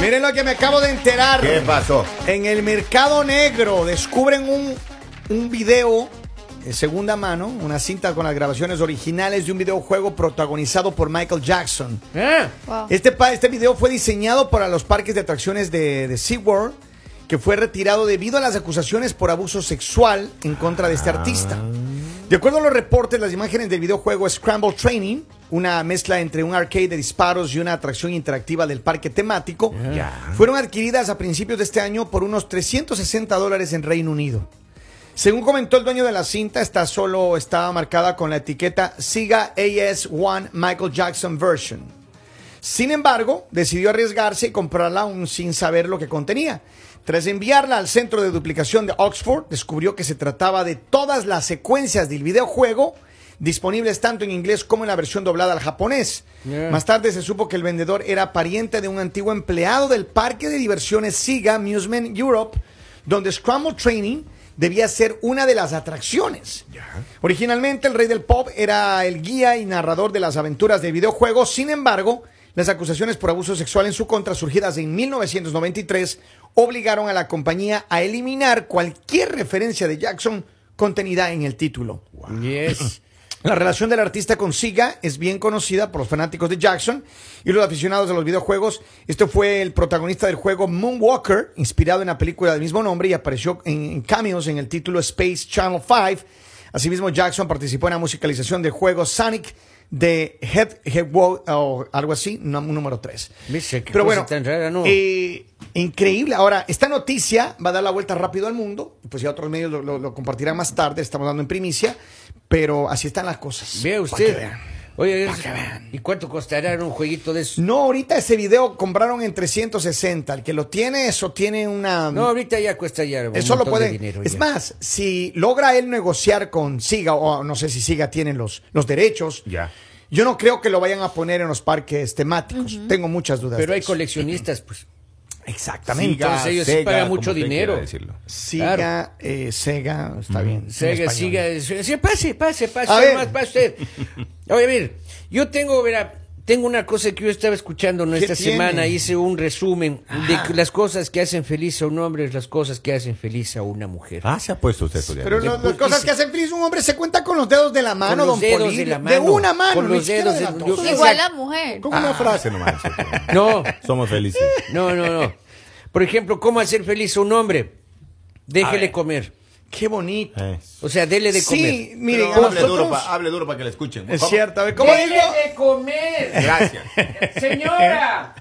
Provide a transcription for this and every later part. Miren lo que me acabo de enterar. ¿Qué pasó? En el mercado negro descubren un, un video en segunda mano, una cinta con las grabaciones originales de un videojuego protagonizado por Michael Jackson. Eh. Wow. Este, pa- este video fue diseñado para los parques de atracciones de, de SeaWorld, que fue retirado debido a las acusaciones por abuso sexual en contra de este artista. De acuerdo a los reportes, las imágenes del videojuego Scramble Training, una mezcla entre un arcade de disparos y una atracción interactiva del parque temático, Ya. fueron adquiridas a principios de este año por unos 360 dólares en Reino Unido. Según comentó el dueño de la cinta, esta solo estaba marcada con la etiqueta SIGA AS1 Michael Jackson Version. Sin embargo, decidió arriesgarse y comprarla aún sin saber lo que contenía. Tras enviarla al centro de duplicación de Oxford, descubrió que se trataba de todas las secuencias del videojuego disponibles tanto en inglés como en la versión doblada al japonés. Yeah. Más tarde se supo que el vendedor era pariente de un antiguo empleado del parque de diversiones Siga Amusement Europe, donde Scramble Training debía ser una de las atracciones. Originalmente el rey del pop era el guía y narrador de las aventuras de videojuegos, sin embargo, las acusaciones por abuso sexual en su contra surgidas en 1993 obligaron a la compañía a eliminar cualquier referencia de Jackson contenida en el título. Yes. La relación del artista con Siga es bien conocida por los fanáticos de Jackson y los aficionados de los videojuegos. Este fue el protagonista del juego Moonwalker, inspirado en la película del mismo nombre y apareció en, en cameos en el título Space Channel 5. Asimismo, Jackson participó en la musicalización del juego Sonic de Head, Head o algo así, no- número 3. Dice, qué Pero cosa bueno, tan rara, ¿no? eh, increíble. Ahora, esta noticia va a dar la vuelta rápido al mundo. Pues ya otros medios lo, lo- lo compartirán más tarde. Estamos dando en primicia. Pero así están las cosas. Vea Pa' que usted. vean. Oye, es- ¿y cuánto costará un jueguito de eso? No, ahorita ese video compraron en 360. El que lo tiene, eso tiene una. No, ahorita ya cuesta ya. un eso lo montón de eh, puede. dinero es ya. más, si logra él negociar con Siga, o no sé si Siga tiene los, los derechos. Ya. Yo no creo que lo vayan a poner en los parques temáticos. Tengo muchas dudas. Pero de hay eso. coleccionistas, pues. Exactamente. Siga, Entonces ellos sí Sega, pagan como mucho usted quiera dinero. decirlo. Siga, Claro. eh, Sega, está bien. en Siga, español. siga. es- sí, Pase, pase, pase. A ver. Más, pase usted. Oye, mire, yo tengo, verá, tengo una cosa que yo estaba escuchando ¿no? ¿Qué esta tiene? semana. Hice un resumen de que las cosas que hacen feliz a un hombre, las cosas que hacen feliz a una mujer. Ah, se ha puesto usted estudiando. Pero lo- las cosas que hacen feliz un hombre se cuenta con los dedos de la mano, los don dedos Polibio. de la mano. una mano, Con ni los siquiera dedos de de- las yo- dos. Exacto. Igual la mujer. Con una frase nomás. No. Ah. Somos felices. No, no, no. Por ejemplo, ¿cómo hacer feliz a un hombre? Déjele comer. Qué bonito. O sea, dele de comer. Sí, miren, a Eh. Pero hable, nosotros- duro pa- hable duro para que le escuchen. por Es favor. cierto, a ver, ¿cómo digo? de comer! Gracias. ¡Señora!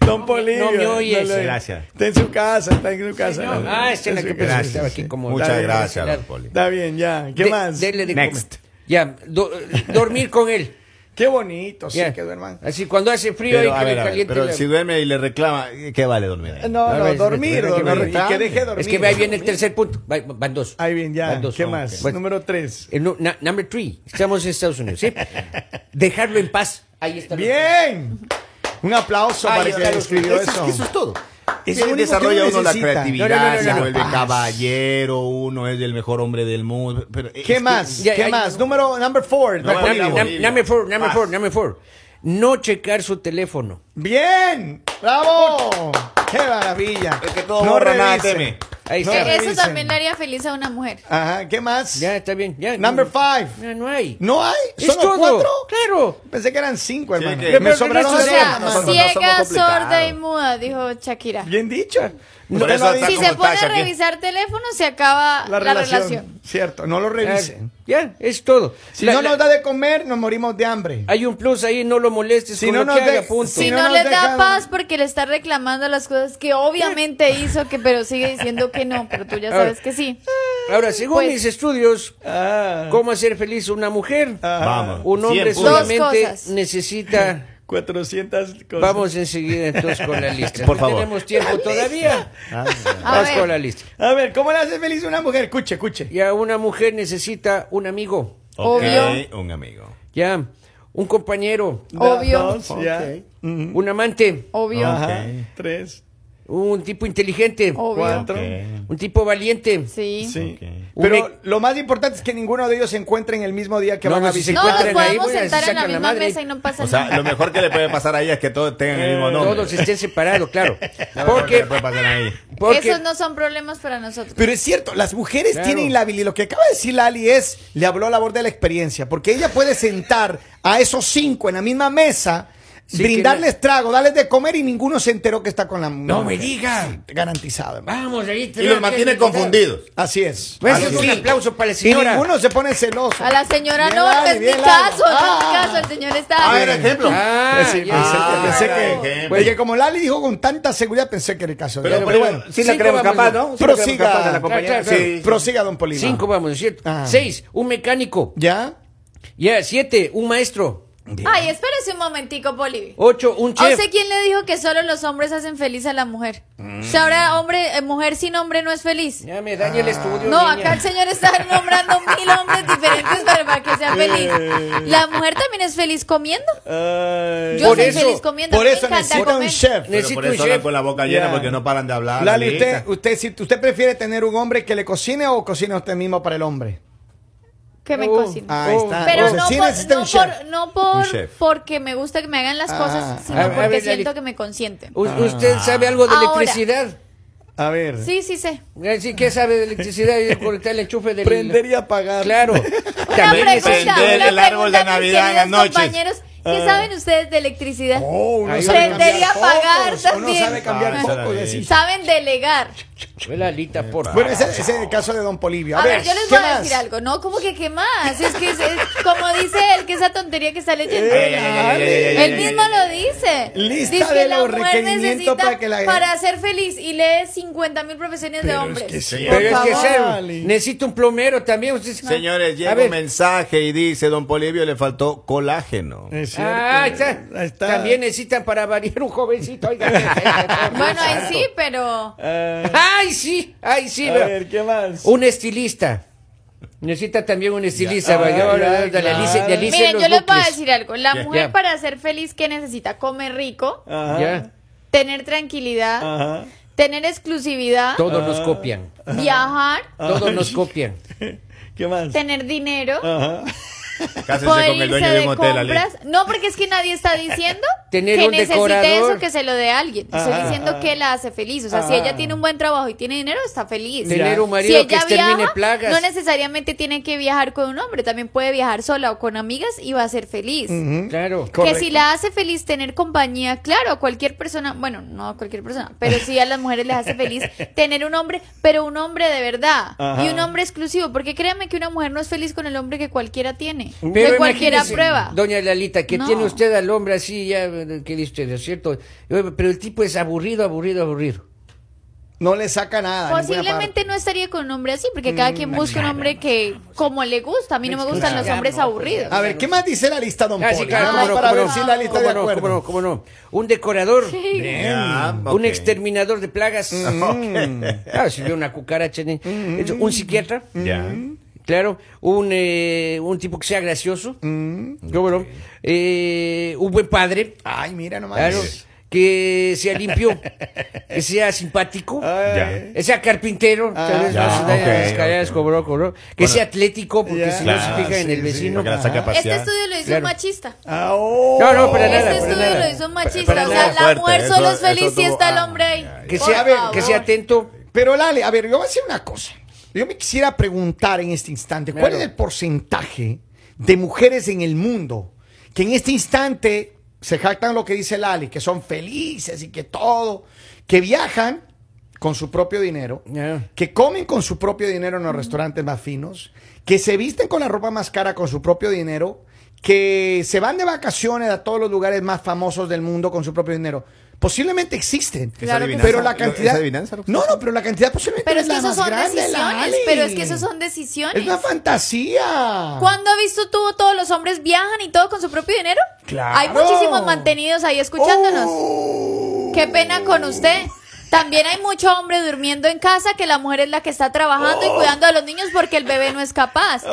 Don Polibio. no me oyes. le- Gracias. Está en su casa, está en su casa. No, ah, esta es la que pensé que Gracias. estaba aquí como... Muchas Dale, gracias, dale. don Poli. Está bien, ya. ¿Qué De- más? dele de Next. comer. Ya, do- dormir con él. Qué bonito, sí, Ya. qué hermano. Así, cuando hace frío Pero, y a que ver, le a ver, caliente... pero la- si duerme y le reclama, ¿qué vale dormir ahí? No, A no, ver, dormir, espera que dormir. me Y que deje dormir. Es que ahí viene el dormir. tercer punto. Va- Van dos. Ahí bien, ya. Van dos, ¿Qué no, más? bueno. Número tres. Eh, no, na- number three. Estamos en Estados Unidos, ¿sí? Dejarlo en paz. Ahí está. lo- Bien. Un aplauso Ahí para está quien lo- escribió eso es- eso. eso es todo. Es Sí, lo único que desarrolla uno la necesita. creatividad, No, no, no, se no, no. vuelve Paz. caballero, uno es el mejor hombre del mundo. Pero es ¿Qué que- más? ya, ¿Qué ahí- más? Número number four. No, Don Bueno, Number- Polibio. Bolivia, num- Bolivia. Number four, number Paz. four, number four. No checar su teléfono. Bien. Bravo. Qué maravilla. El que todo borra, nada revisen. teme. Ahí No está. revisen. Eh, Eso también le haría feliz a una mujer. Ajá, ¿qué más? Ya, está bien. Ya, Number five. Ya, no hay. ¿No hay? Es ¿Solo todo. cuatro? Claro. Pensé que eran cinco, Sí, hermano. que- Me Pero sobraron que O no de se la sea, llama, somos- no ciega, somos complicados. sorda y muda, dijo Shakira. Bien dicho. Por Usted eso lo está Si dice. como se pone a Tasha aquí. revisar teléfono, se acaba La, la, relación. relación. Cierto, no lo Ya, revisen. ya, es todo. Si La- no la- nos da de comer, nos morimos de hambre. Hay un plus ahí, no lo molestes Si con no lo nos que de- haga, punto. Sí, Si no no, nos le da dejan. paz porque le está reclamando las cosas que obviamente hizo, que pero sigue diciendo que no, pero tú ya Ahora- sabes que sí. Ahora, según Pues- mis estudios, Ah, ¿cómo hacer feliz a una mujer? Vamos. Un hombre Cien puntos. sola. Dos solamente cosas. necesita... 400 cosas. Vamos enseguida entonces con la lista. Por No favor. Tenemos tiempo todavía. Ah, A Vas ver. con la lista. A ver, ¿cómo le hace feliz a una mujer? Escuche, escuche. Ya, una mujer necesita un amigo. Ok, Obvio. un amigo. Ya, un compañero, Obvio. Dos, ya. un amante, Obvio. Ah. Ajá, Ok. Tres. Un tipo inteligente. Obvio. Cuatro. Un tipo valiente. Sí. Sí. Uno- Pero lo más importante es que ninguno de ellos se encuentre en el mismo día que No, van no, a si se visitar. No, nos encuentran ahí, podemos voy a- sentar en la sacan la misma madre. mesa y no pasa O sea, nada. lo mejor que le puede pasar a ella es que todos tengan el mismo nombre. Todos estén separados, claro. Lo mejor Porque, que le puede pasar a ella. porque Esos no son problemas para nosotros. Pero es cierto, las mujeres Claro. tienen la habilidad. Lo que acaba de decir Lali es, le habló a la voz de la experiencia, porque ella puede sentar a esos cinco en la misma mesa, Sí, brindarles trago, darles de comer y ninguno se enteró que está con la no me digan. Garantizado. hermano. Vamos, ahí Y los mantiene confundidos. Ah, Así es. Pues, Así es un es. aplauso para la Y señora. ninguno se pone celoso. A la señora Bien, no, no Lali, es mi bien, Lali. caso, no es mi Ah. caso, el señor A está... ver, ejemplo. Ah, Pensé- pensé- ya. Pues pensé que- por ejemplo. porque como Lali dijo con tanta seguridad, pensé que era el caso de Pero, ella. pero, Pero bueno, sí la Sí, creemos vamos. capaz, ¿no? Sí la creemos Prosiga. capaz de la compañera. Claro, claro, Sí. Este, prosiga, don Polino. Cinco, vamos, ¿no es cierto? Ah. Seis, un mecánico. ¿Ya? Ya, siete, un maestro. Ay, espérese un momentico, Poli. Ocho, un O chef. sé quién le dijo que solo los hombres hacen feliz a la mujer. O sea, ahora hombre, eh, mujer sin hombre no es feliz. Ya me Ah. daña el estudio. No, niña. acá el señor está nombrando mil hombres diferentes para, para que sea feliz. La mujer también es feliz comiendo. Yo Por soy eso- feliz comiendo. Por me eso encanta necesita un comer. chef. Pero Necesito por un eso hablan chef. con la boca llena Ya. porque no paran de hablar. Lali, usted, Lalita. usted, si- usted prefiere tener un hombre que le cocine o cocina usted mismo para el hombre. Que me Oh, cocine. Ahí Oh. está. Pero Entonces, no, Ah, sí por, necesita no, un chef. por, no por- Un chef. porque me gusta que me hagan las Ah, cosas, sino a ver, porque a ver, Uh. Lali. siento que me consienten. U- Ah. ¿Usted sabe algo de Ahora. electricidad? A ver. Sí, sí sé. Sí, ¿Qué sabe de electricidad y conectar el enchufe del... Prender y apagar. Claro. Una También pregunta, prender una el árbol de pregunta, mis Navidad en las queridos noches. compañeros. ¿Qué saben ustedes de electricidad? Oh, uno Ahí sabe va. cambiar Prender y apagar focos, Uno también. sabe cambiar Ah, focos, esa la decís. Saben delegar. Fue la Lita, por favor. Bueno, ese, ese es el caso de Don Polivio. A, A ver, yo les ¿qué voy a más? decir algo, ¿no? ¿Cómo que qué más? Es que, es, es como dice él, que esa tontería que está leyendo. Eh, Ey, ey, ey, ey, ey, Él ey, mismo ey, lo dice. Lista dice de que la los mujer requerimientos necesita para que la- para ser feliz y lee 50 mil profesiones de hombres. que sí. Pero es Por que favor, ser, Ali. necesito un plomero también. usted- Señores, A llega ver. un mensaje y dice, don Polivio le faltó colágeno. Es cierto. Ah, ahí está. Ahí está. También necesitan para variar un jovencito. oiga. Bueno, ahí sí, pero Ah, Ay, sí, ay, sí. A vea. ver, ¿qué más? Un estilista. Necesita también un estilista. Ya. vaya, Ah, ahora, claro. ahora, le alice- le alice miren, los yo les voy a bucles. decir algo. La Ya. mujer Ya. para ser feliz, ¿qué necesita? Comer rico, Ajá. Ya, tener tranquilidad, Ah. Ajá. tener exclusividad, todos nos copian. viajar, Ah. Todos nos copian. ¿Qué más? tener dinero. Ajá. Cásense Poder con el dueño irse de un hotel, Ali. compras. No, porque es que nadie está diciendo Tener que un necesite decorador. eso, que se lo dé a alguien. Estoy Ajá, diciendo ajá. que la hace feliz. O sea, si Ah. ella tiene un buen trabajo y tiene dinero, está feliz. Tener un si marido que ella extermine viaja, plagas. no necesariamente tiene que viajar con un hombre. También puede viajar sola o con amigas y va a ser feliz. ¿Mm? Claro. correcto. Que si la hace feliz tener compañía, claro, a cualquier persona, bueno, no a cualquier persona, pero sí a las mujeres les hace feliz tener un hombre, pero un hombre de verdad Ajá. y un hombre exclusivo, porque créanme que una mujer no es feliz con el hombre que cualquiera Uh, tiene, Pero de cualquiera imagínese, prueba. Doña Lalita, que No. tiene usted al hombre así, ya, ¿qué dice usted? ¿No es cierto? Pero el tipo es aburrido, aburrido, aburrido. No le saca nada. ninguna Posiblemente no estaría con un hombre así, porque Mm, cada quien busca un hombre que como le gusta. A mí no me gustan los Claro. hombres aburridos. parte. A ver, ¿qué más dice la lista, Don Ah, Poli? sí, claro, Nada cómo más no, para cómo ver no. si la lista Cómo de no, acuerdo. cómo no, cómo no. Un decorador, Ya, un ok. exterminador de plagas. Mm. Ah, Ok. Claro, si ve una cucaracha, ni- Eso, un psiquiatra, Ya. claro, un, eh, un tipo que sea gracioso, cómo no, eh, un buen padre, Mm. Ay, mira nomás. claro, que sea limpio, que sea simpático. Ya. Que sea carpintero, Ah, tal vez ya, no se dañen ok, las escaleras, ok. cobró, cobró. Que sea atlético, porque Ya. si no Claro, se fija en sí, el sí, vecino. Porque la saca a Este pasear. estudio lo hizo Claro. un machista. Ah, oh. No, no, para nada, este para estudio nada. lo hizo un machista. para o nada. sea, la Fuerte, mujer eso- solo es eso feliz si tuvo- está el ah, hombre ahí. ya, Que Por sea, favor. que sea atento. Pero Lale, a ver, yo voy a decir una cosa. Yo me quisiera preguntar en este instante, ¿cuál Claro. es el porcentaje de mujeres en el mundo que en este instante se jactan lo que dice Lali, que son felices y que todo, que viajan con su propio dinero, Ya. que comen con su propio dinero en los restaurantes más finos, que se visten con la ropa más cara con su propio dinero, que se van de vacaciones a todos los lugares más famosos del mundo con su propio dinero. Posiblemente existen, Esa adivinanza- pero la ¿es cantidad. adivinanza lo que no, estás no, pero la cantidad posiblemente Pero es es que la esos más son grande, decisiones. Lali. Pero es que esos son decisiones. Es una fantasía. ¿Cuándo ha visto tú todos los hombres viajan y todo con su propio dinero? Claro. Oh. Hay muchísimos mantenidos ahí escuchándonos. Qué pena con usted. También hay mucho hombre durmiendo en casa que la mujer es la que está trabajando Oh. y cuidando a los niños porque el bebé no es capaz.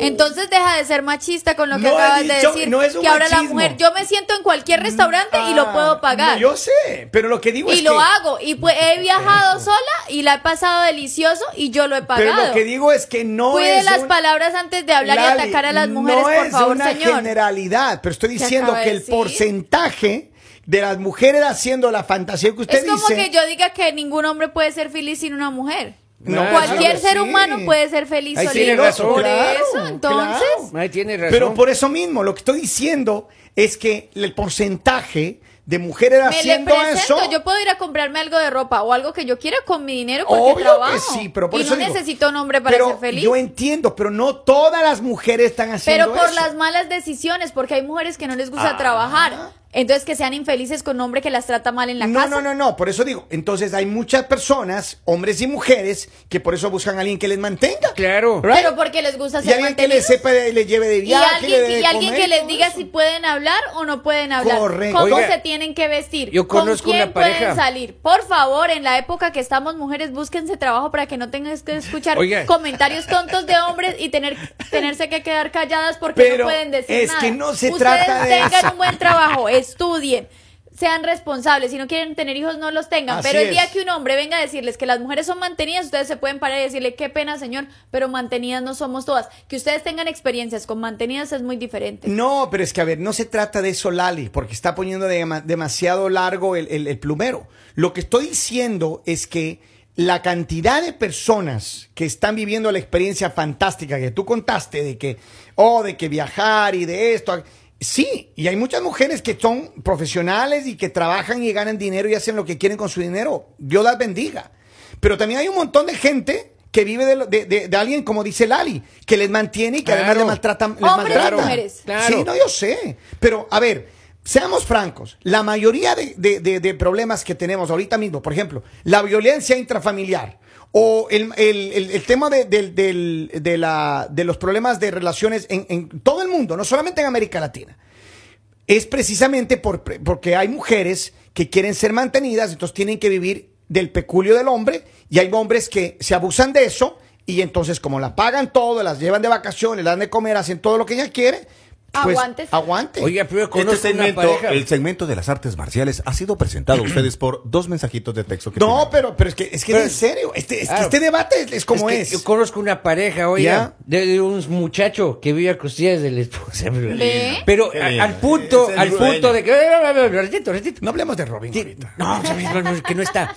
Entonces deja de ser machista con lo que No he acabas dicho- de decir. no es un que ahora la machismo. mujer, yo me siento en cualquier restaurante y lo puedo pagar. Ah, No, yo sé, pero lo que digo es y lo que... hago. Y pues he viajado sola y la he pasado delicioso y yo lo he pagado. Pero lo que digo es que no Cuide es las un- palabras antes de hablar y Lali, atacar a las mujeres, no por es favor, una señor. generalidad, pero estoy ¿Qué diciendo acaba de que el decir? porcentaje de las mujeres haciendo la fantasía que usted es como dice... que yo diga que ningún hombre puede ser feliz sin una mujer. No, claro, Cualquier ser sí. humano puede ser feliz Ahí solito. tiene razón. Por Claro, eso, entonces. claro. Ahí tiene razón. Pero por eso mismo, lo que estoy diciendo es que el porcentaje de mujeres Me le haciendo eso... presento, yo puedo ir a comprarme algo de ropa o algo que yo quiera con mi dinero porque Obvio trabajo. que sí, pero por y eso no digo, necesito un hombre para pero ser feliz. Yo entiendo, pero no todas las mujeres están haciendo Pero por eso. las malas decisiones, porque hay mujeres que no les gusta Ah. trabajar. Entonces que sean infelices con un hombre que las trata mal en la no, casa. no, no, no, por eso digo, entonces hay muchas personas, hombres y mujeres, que por eso buscan a alguien que les mantenga. Claro. Right? Pero porque les gusta Y ser alguien que mantenidos. les sepa, de- les lleve de Y viaje, alguien, le que- dé y de alguien que comer, les todo diga eso. si pueden hablar o no pueden hablar. Correcto. Cómo Oiga, se tienen que vestir. yo conozco con quién una pareja. pueden salir. Por favor, en la época que estamos mujeres, búsquense trabajo para que no tengas que escuchar Oiga. comentarios tontos de hombres y tener tenerse que quedar calladas porque Pero no pueden decir es nada. que no se Ustedes trata de tengan eso. un buen trabajo, estudien. Sean responsables, si no quieren tener hijos, no los tengan. Así pero el día es. que un hombre venga a decirles que las mujeres son mantenidas, ustedes se pueden parar y decirle, qué pena, señor, pero mantenidas no somos todas. Que ustedes tengan experiencias con mantenidas es muy diferente. No, pero es que a ver, no se trata de eso, Lali, porque está poniendo dema- demasiado largo el, el- el plumero. Lo que estoy diciendo es que la cantidad de personas que están viviendo la experiencia fantástica que tú contaste de que, oh, de que viajar y de esto. Sí, y hay muchas mujeres que son profesionales y que trabajan y ganan dinero y hacen lo que quieren con su dinero. Dios las bendiga. Pero también hay un montón de gente que vive de, lo- de- de- de alguien, como dice Lali, que les mantiene y que además Claro. les maltratan les Hombres y maltratan. mujeres. Claro. Sí, no, yo sé. Pero, a ver, seamos francos. La mayoría de, de- de- de problemas que tenemos ahorita mismo, por ejemplo, la violencia intrafamiliar o el, el- el- el tema de, del- del- de la- de los problemas de relaciones en, en todo el mundo, no solamente en América Latina, es precisamente por- porque hay mujeres que quieren ser mantenidas, entonces tienen que vivir del peculio del hombre y hay hombres que se abusan de eso y entonces como la pagan todo, las llevan de vacaciones, las dan de comer, hacen todo lo que ella quiere, pues Aguantes. aguante. Oiga, pero yo conozco Este segmento, una pareja. el segmento de las artes marciales ha sido presentado a ustedes por dos mensajitos de texto que no, tienen. pero, pero es que es que Pero- en serio, este, es que Claro. este debate es, es como Es es. que Yo conozco una pareja, oiga, ¿Ya? de, de un muchacho que vive a costillas de la esposa. ¿Ve? Pero Qué a- lindo. al punto, Ese es al el punto sueño. de que. Ratito, ratito. No hablemos de Robin Sí, ahorita. No, no, no, no, que no está.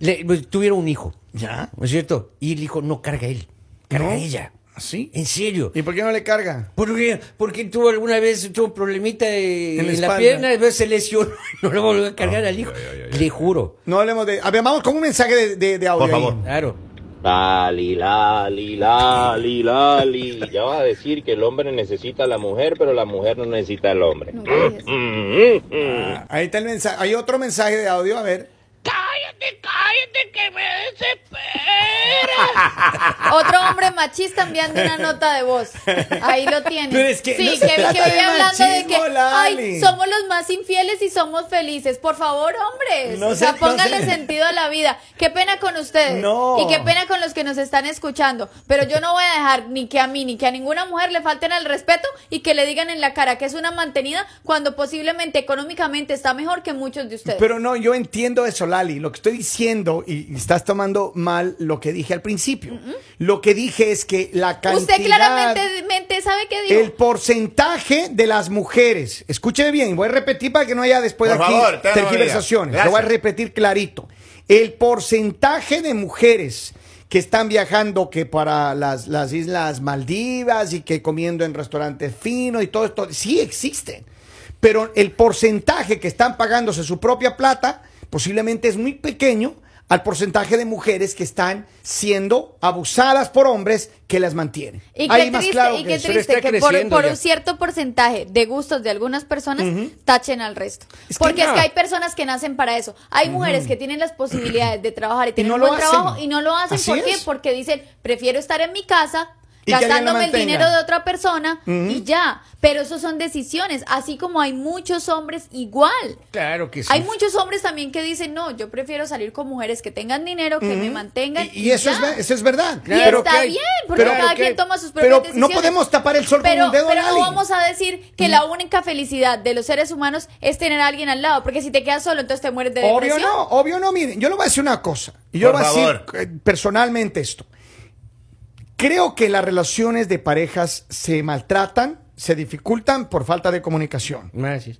Le- pues, tuvieron un hijo, ¿Ya? ¿no es cierto? Y el hijo no carga él, carga ¿No? ella. ¿Sí? En serio. ¿Y por qué no le carga? Porque, porque tuvo alguna vez tuvo un problemita de- En la en, la espalda. Ah, pierna, después se lesionó y no lo volvió a cargar al hijo. Le juro, No hablemos de... A ver, vamos con un mensaje de, de, de audio. Por favor. ahí. claro. Lali, lali, lali, lali. Ya vas a decir que el hombre necesita a la mujer, pero la mujer no necesita al hombre. Nunca dije eso. Mm, mm, mm. Ah, Ahí está el mensaje. Hay otro mensaje de audio, a ver. Otro hombre machista enviando una nota de voz. Ahí lo tiene. Pero es que sí, no que, se que trata voy de hablando de que machismo, Lali. ay, somos los más infieles y somos felices. Por favor, hombres. No o sea, se- no pónganle se- sentido a la vida. Qué pena con ustedes. No. Y qué pena con los que nos están escuchando. Pero yo no voy a dejar ni que a mí ni que a ninguna mujer le falten al respeto y que le digan en la cara que es una mantenida cuando posiblemente económicamente está mejor que muchos de ustedes. Pero no, yo entiendo eso, Lali. Lo que estoy diciendo, y y estás tomando mal lo que dije al principio. Lo que dije es que la cantidad... Usted claramente mente, sabe qué dijo. El porcentaje de las mujeres. Escúcheme bien, voy a repetir para que no haya después Por de aquí favor, te lo tergiversaciones. diga. Lo voy a Gracias. repetir clarito. El porcentaje de mujeres que están viajando que para las, las islas Maldivas y que comiendo en restaurantes finos y todo esto, sí existen. Pero el porcentaje que están pagándose su propia plata posiblemente es muy pequeño al porcentaje de mujeres que están siendo abusadas por hombres que las mantienen. Y Ahí qué más triste, claro y que qué eso. pero triste está que por, creciendo por ya. un cierto porcentaje de gustos de algunas personas tachen al resto. Es que Porque es no. que hay personas que nacen para eso. Hay mujeres que tienen las posibilidades de trabajar y tienen no un lo buen hacen. trabajo y no lo hacen. Así ¿Por qué? es. Porque dicen, prefiero estar en mi casa Y que alguien la gastándome el mantenga. dinero de otra persona y ya. Pero eso son decisiones, así como hay muchos hombres igual. Claro que sí. Hay muchos hombres también que dicen, no, yo prefiero salir con mujeres que tengan dinero, que me mantengan. Y, y eso, ya". es, ve- eso es verdad. Y Claro está que hay- bien, porque pero- cada que- quien toma sus propias Pero no decisiones. podemos tapar el sol con Pero, un dedo a pero no alguien. vamos a decir que la única felicidad de los seres humanos es tener a alguien al lado, porque si te quedas solo, entonces te mueres de Obvio depresión. no, obvio no. Miren, yo le voy a decir una cosa. Y yo Por le voy favor. a decir eh, personalmente esto. Creo que las relaciones de parejas se maltratan, se dificultan por falta de comunicación. Gracias.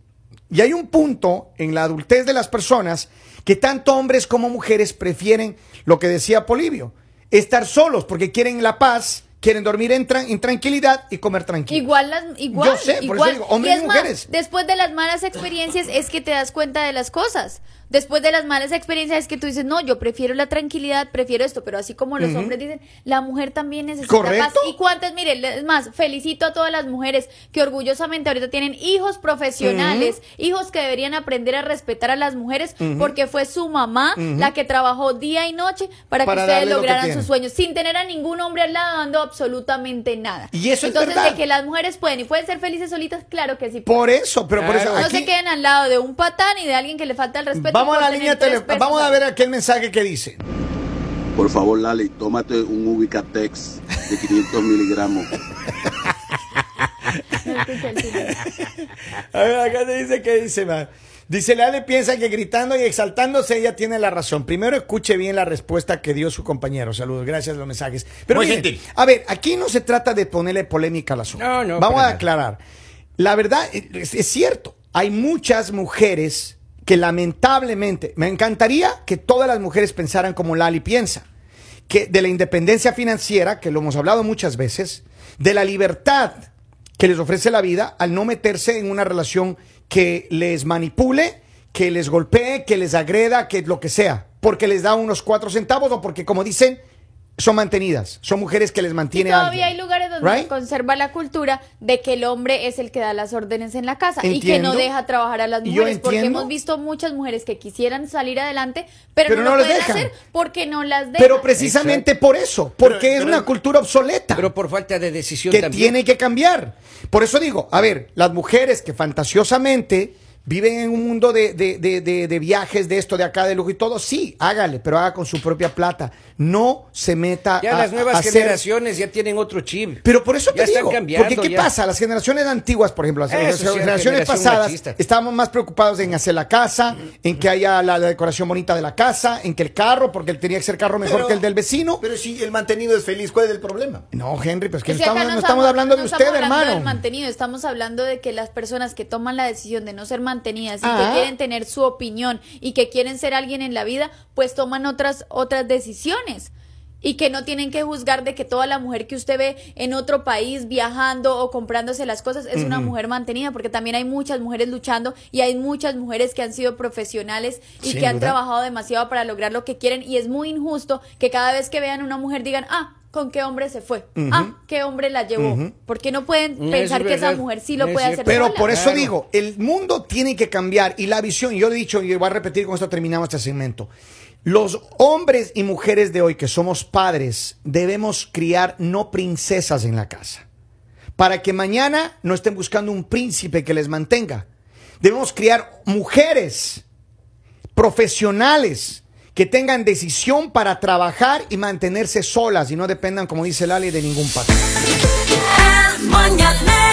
Y hay un punto en la adultez de las personas que tanto hombres como mujeres prefieren lo que decía Polibio, estar solos porque quieren la paz, quieren dormir en, tran- en tranquilidad y comer tranquilo. Igual las igual, Yo sé, por eso igual. digo, hombres Y es y más, mujeres. después de las malas experiencias es que te das cuenta de las cosas. Después de las malas experiencias es que tú dices, no, yo prefiero la tranquilidad, prefiero esto, pero así como los hombres dicen, la mujer también necesita paz. Correcto. Y cuántas, mire, le- es más, felicito a todas las mujeres que orgullosamente ahorita tienen hijos profesionales, hijos que deberían aprender a respetar a las mujeres, porque fue su mamá la que trabajó día y noche Para para, que ustedes darle lo que lograran tienen. sus sueños, sin tener a ningún hombre al lado dando absolutamente nada. Y eso es Entonces, verdad. de que las mujeres pueden y pueden ser felices solitas, claro que sí. Por eso, pero por eso Claro. no aquí- se queden al lado de un patán y de alguien que le falta el respeto. vamos a por la tener línea tres telefónica, personas. vamos a ver aquel mensaje que dice. Por favor, Lali, tómate un Ubicatex de 500 miligramos. A ver, acá te dice que dice, ma. Dice, Lale piensa que gritando y exaltándose ella tiene la razón. Primero escuche bien la respuesta que dio su compañero. Saludos, gracias a los mensajes. Pero Muy miren, gentil. a ver, aquí no se trata de ponerle polémica al asunto. No, no, Vamos para a nada. aclarar. La verdad, es, es cierto, hay muchas mujeres que lamentablemente, me encantaría que todas las mujeres pensaran como Lali piensa que de la independencia financiera, que lo hemos hablado muchas veces, de la libertad que les ofrece la vida al no meterse en una relación que les manipule, que les golpee, que les agreda, que lo que sea, porque les da unos cuatro centavos o porque, como dicen, son mantenidas, son mujeres que les Y mantiene todavía alguien. hay lugares donde Right? se conserva la cultura de que el hombre es el que da las órdenes en la casa y que no Entiendo. deja trabajar a las Yo mujeres. Porque entiendo. hemos visto muchas mujeres que quisieran salir adelante, pero, Pero no, no lo las pueden dejan. hacer porque no las dejan. Pero precisamente por eso, porque Pero- es pero- una cultura obsoleta. Pero por falta de decisión que también. tiene que cambiar. Por eso digo, a ver, las mujeres que fantasiosamente viven en un mundo de, de- de- de- de viajes, de esto, de acá, de lujo y todo, sí, hágale, pero haga con su propia plata. No se meta Ya a- las nuevas a hacer- generaciones ya tienen otro chip. Pero por eso te Ya están digo, cambiando, porque ¿qué ya. pasa? Las generaciones antiguas, por ejemplo, las Eso las sí, la generaciones generación pasadas, machista. estábamos más preocupados en hacer la casa, en que haya la, la decoración bonita de la casa, en que el carro, porque él tenía que ser carro mejor Pero- que el del vecino. Pero si el mantenido es feliz, ¿cuál es el problema? no, Henry, pues que Es no que acá estamos, no no estamos hablando de no usted, estamos hablando hermano. del mantenido, estamos hablando de que las personas que toman la decisión de no ser mantenidas y Ah. que quieren tener su opinión y que quieren ser alguien en la vida, pues toman otras otras decisiones. Y que no tienen que juzgar de que toda la mujer que usted ve en otro país viajando o comprándose las cosas es una mujer mantenida, porque también hay muchas mujeres luchando y hay muchas mujeres que han sido profesionales y Sin que han duda. trabajado demasiado para lograr lo que quieren y es muy injusto que cada vez que vean una mujer digan, ah, ¿con qué hombre se fue? Ah, ¿qué hombre la llevó? Porque no pueden Mm, Eso es pensar que esa verdad. mujer sí lo Es puede cierto. hacer Pero sola? por eso Claro. digo, el mundo tiene que cambiar y la visión, y yo lo he dicho y voy a repetir con esto terminamos este segmento. Los hombres y mujeres de hoy que somos padres debemos criar no princesas en la casa para que mañana no estén buscando un príncipe que les mantenga. Debemos criar mujeres profesionales que tengan decisión para trabajar y mantenerse solas y no dependan, como dice Lali, de ningún patrón. El mañanero